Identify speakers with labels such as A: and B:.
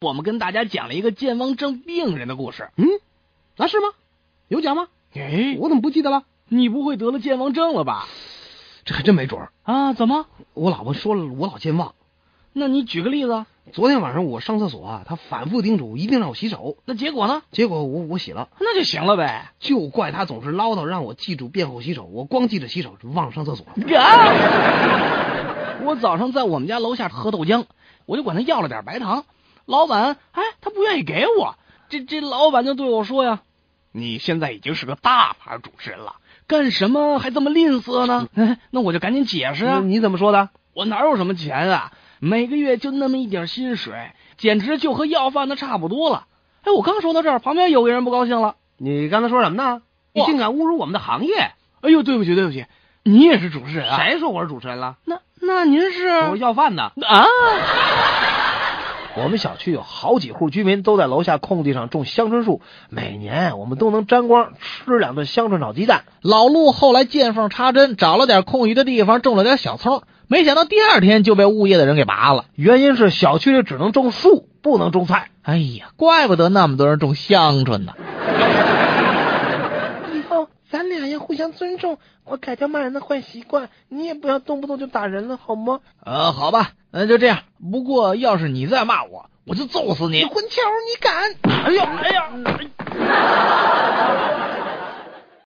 A: 我们跟大家讲了一个健忘症病人的故事。
B: 嗯，啊是吗？有讲吗？
A: 哎
B: 我怎么不记得了？
A: 你不会得了健忘症了吧？
B: 这还真没准儿。
A: 啊，怎么？
B: 我老婆说了，我老健忘。
A: 那你举个例子。
B: 昨天晚上我上厕所啊，她反复叮嘱一定让我洗手，
A: 那结果呢？
B: 结果我我洗了，
A: 那就行了呗。
B: 就怪她总是唠叨让我记住便后洗手，我光记着洗手，忘了上厕所。
A: 我早上在我们家楼下喝豆浆，我就管他要了点白糖，老板哎，他不愿意给我，这这老板就对我说呀：“你现在已经是个大牌主持人了，干什么还这么吝啬呢？”哎，那我就赶紧解释啊
B: 你，你怎么说的？
A: 我哪有什么钱啊，每个月就那么一点薪水，简直就和要饭的差不多了。哎，我刚说到这儿，旁边有个人不高兴了，
B: 你刚才说什么呢？你
A: 我
B: 竟敢侮辱我们的行业！
A: 哎呦，对不起对不起，你也是主持人啊？？
B: 谁说我是主持人了？
A: 那那您是？
B: 我是要饭的。
A: 啊，
B: 我们小区有好几户居民都在楼下空地上种香椿树，每年我们都能沾光吃两顿香椿炒鸡蛋。
A: 老陆后来见缝插针，找了点空余的地方种了点小葱，没想到第二天就被物业的人给拔了。
B: 原因是小区里只能种树，不能种菜。
A: 哎呀，怪不得那么多人种香椿呢。
B: 以后哦咱俩要互相尊重，我改掉骂人的坏习惯，你也不要动不动就打人了，好吗？
A: 呃，好吧，那就这样。不过要是你再骂我，我就揍死你！
B: 混球，你敢？哎呦，哎呀！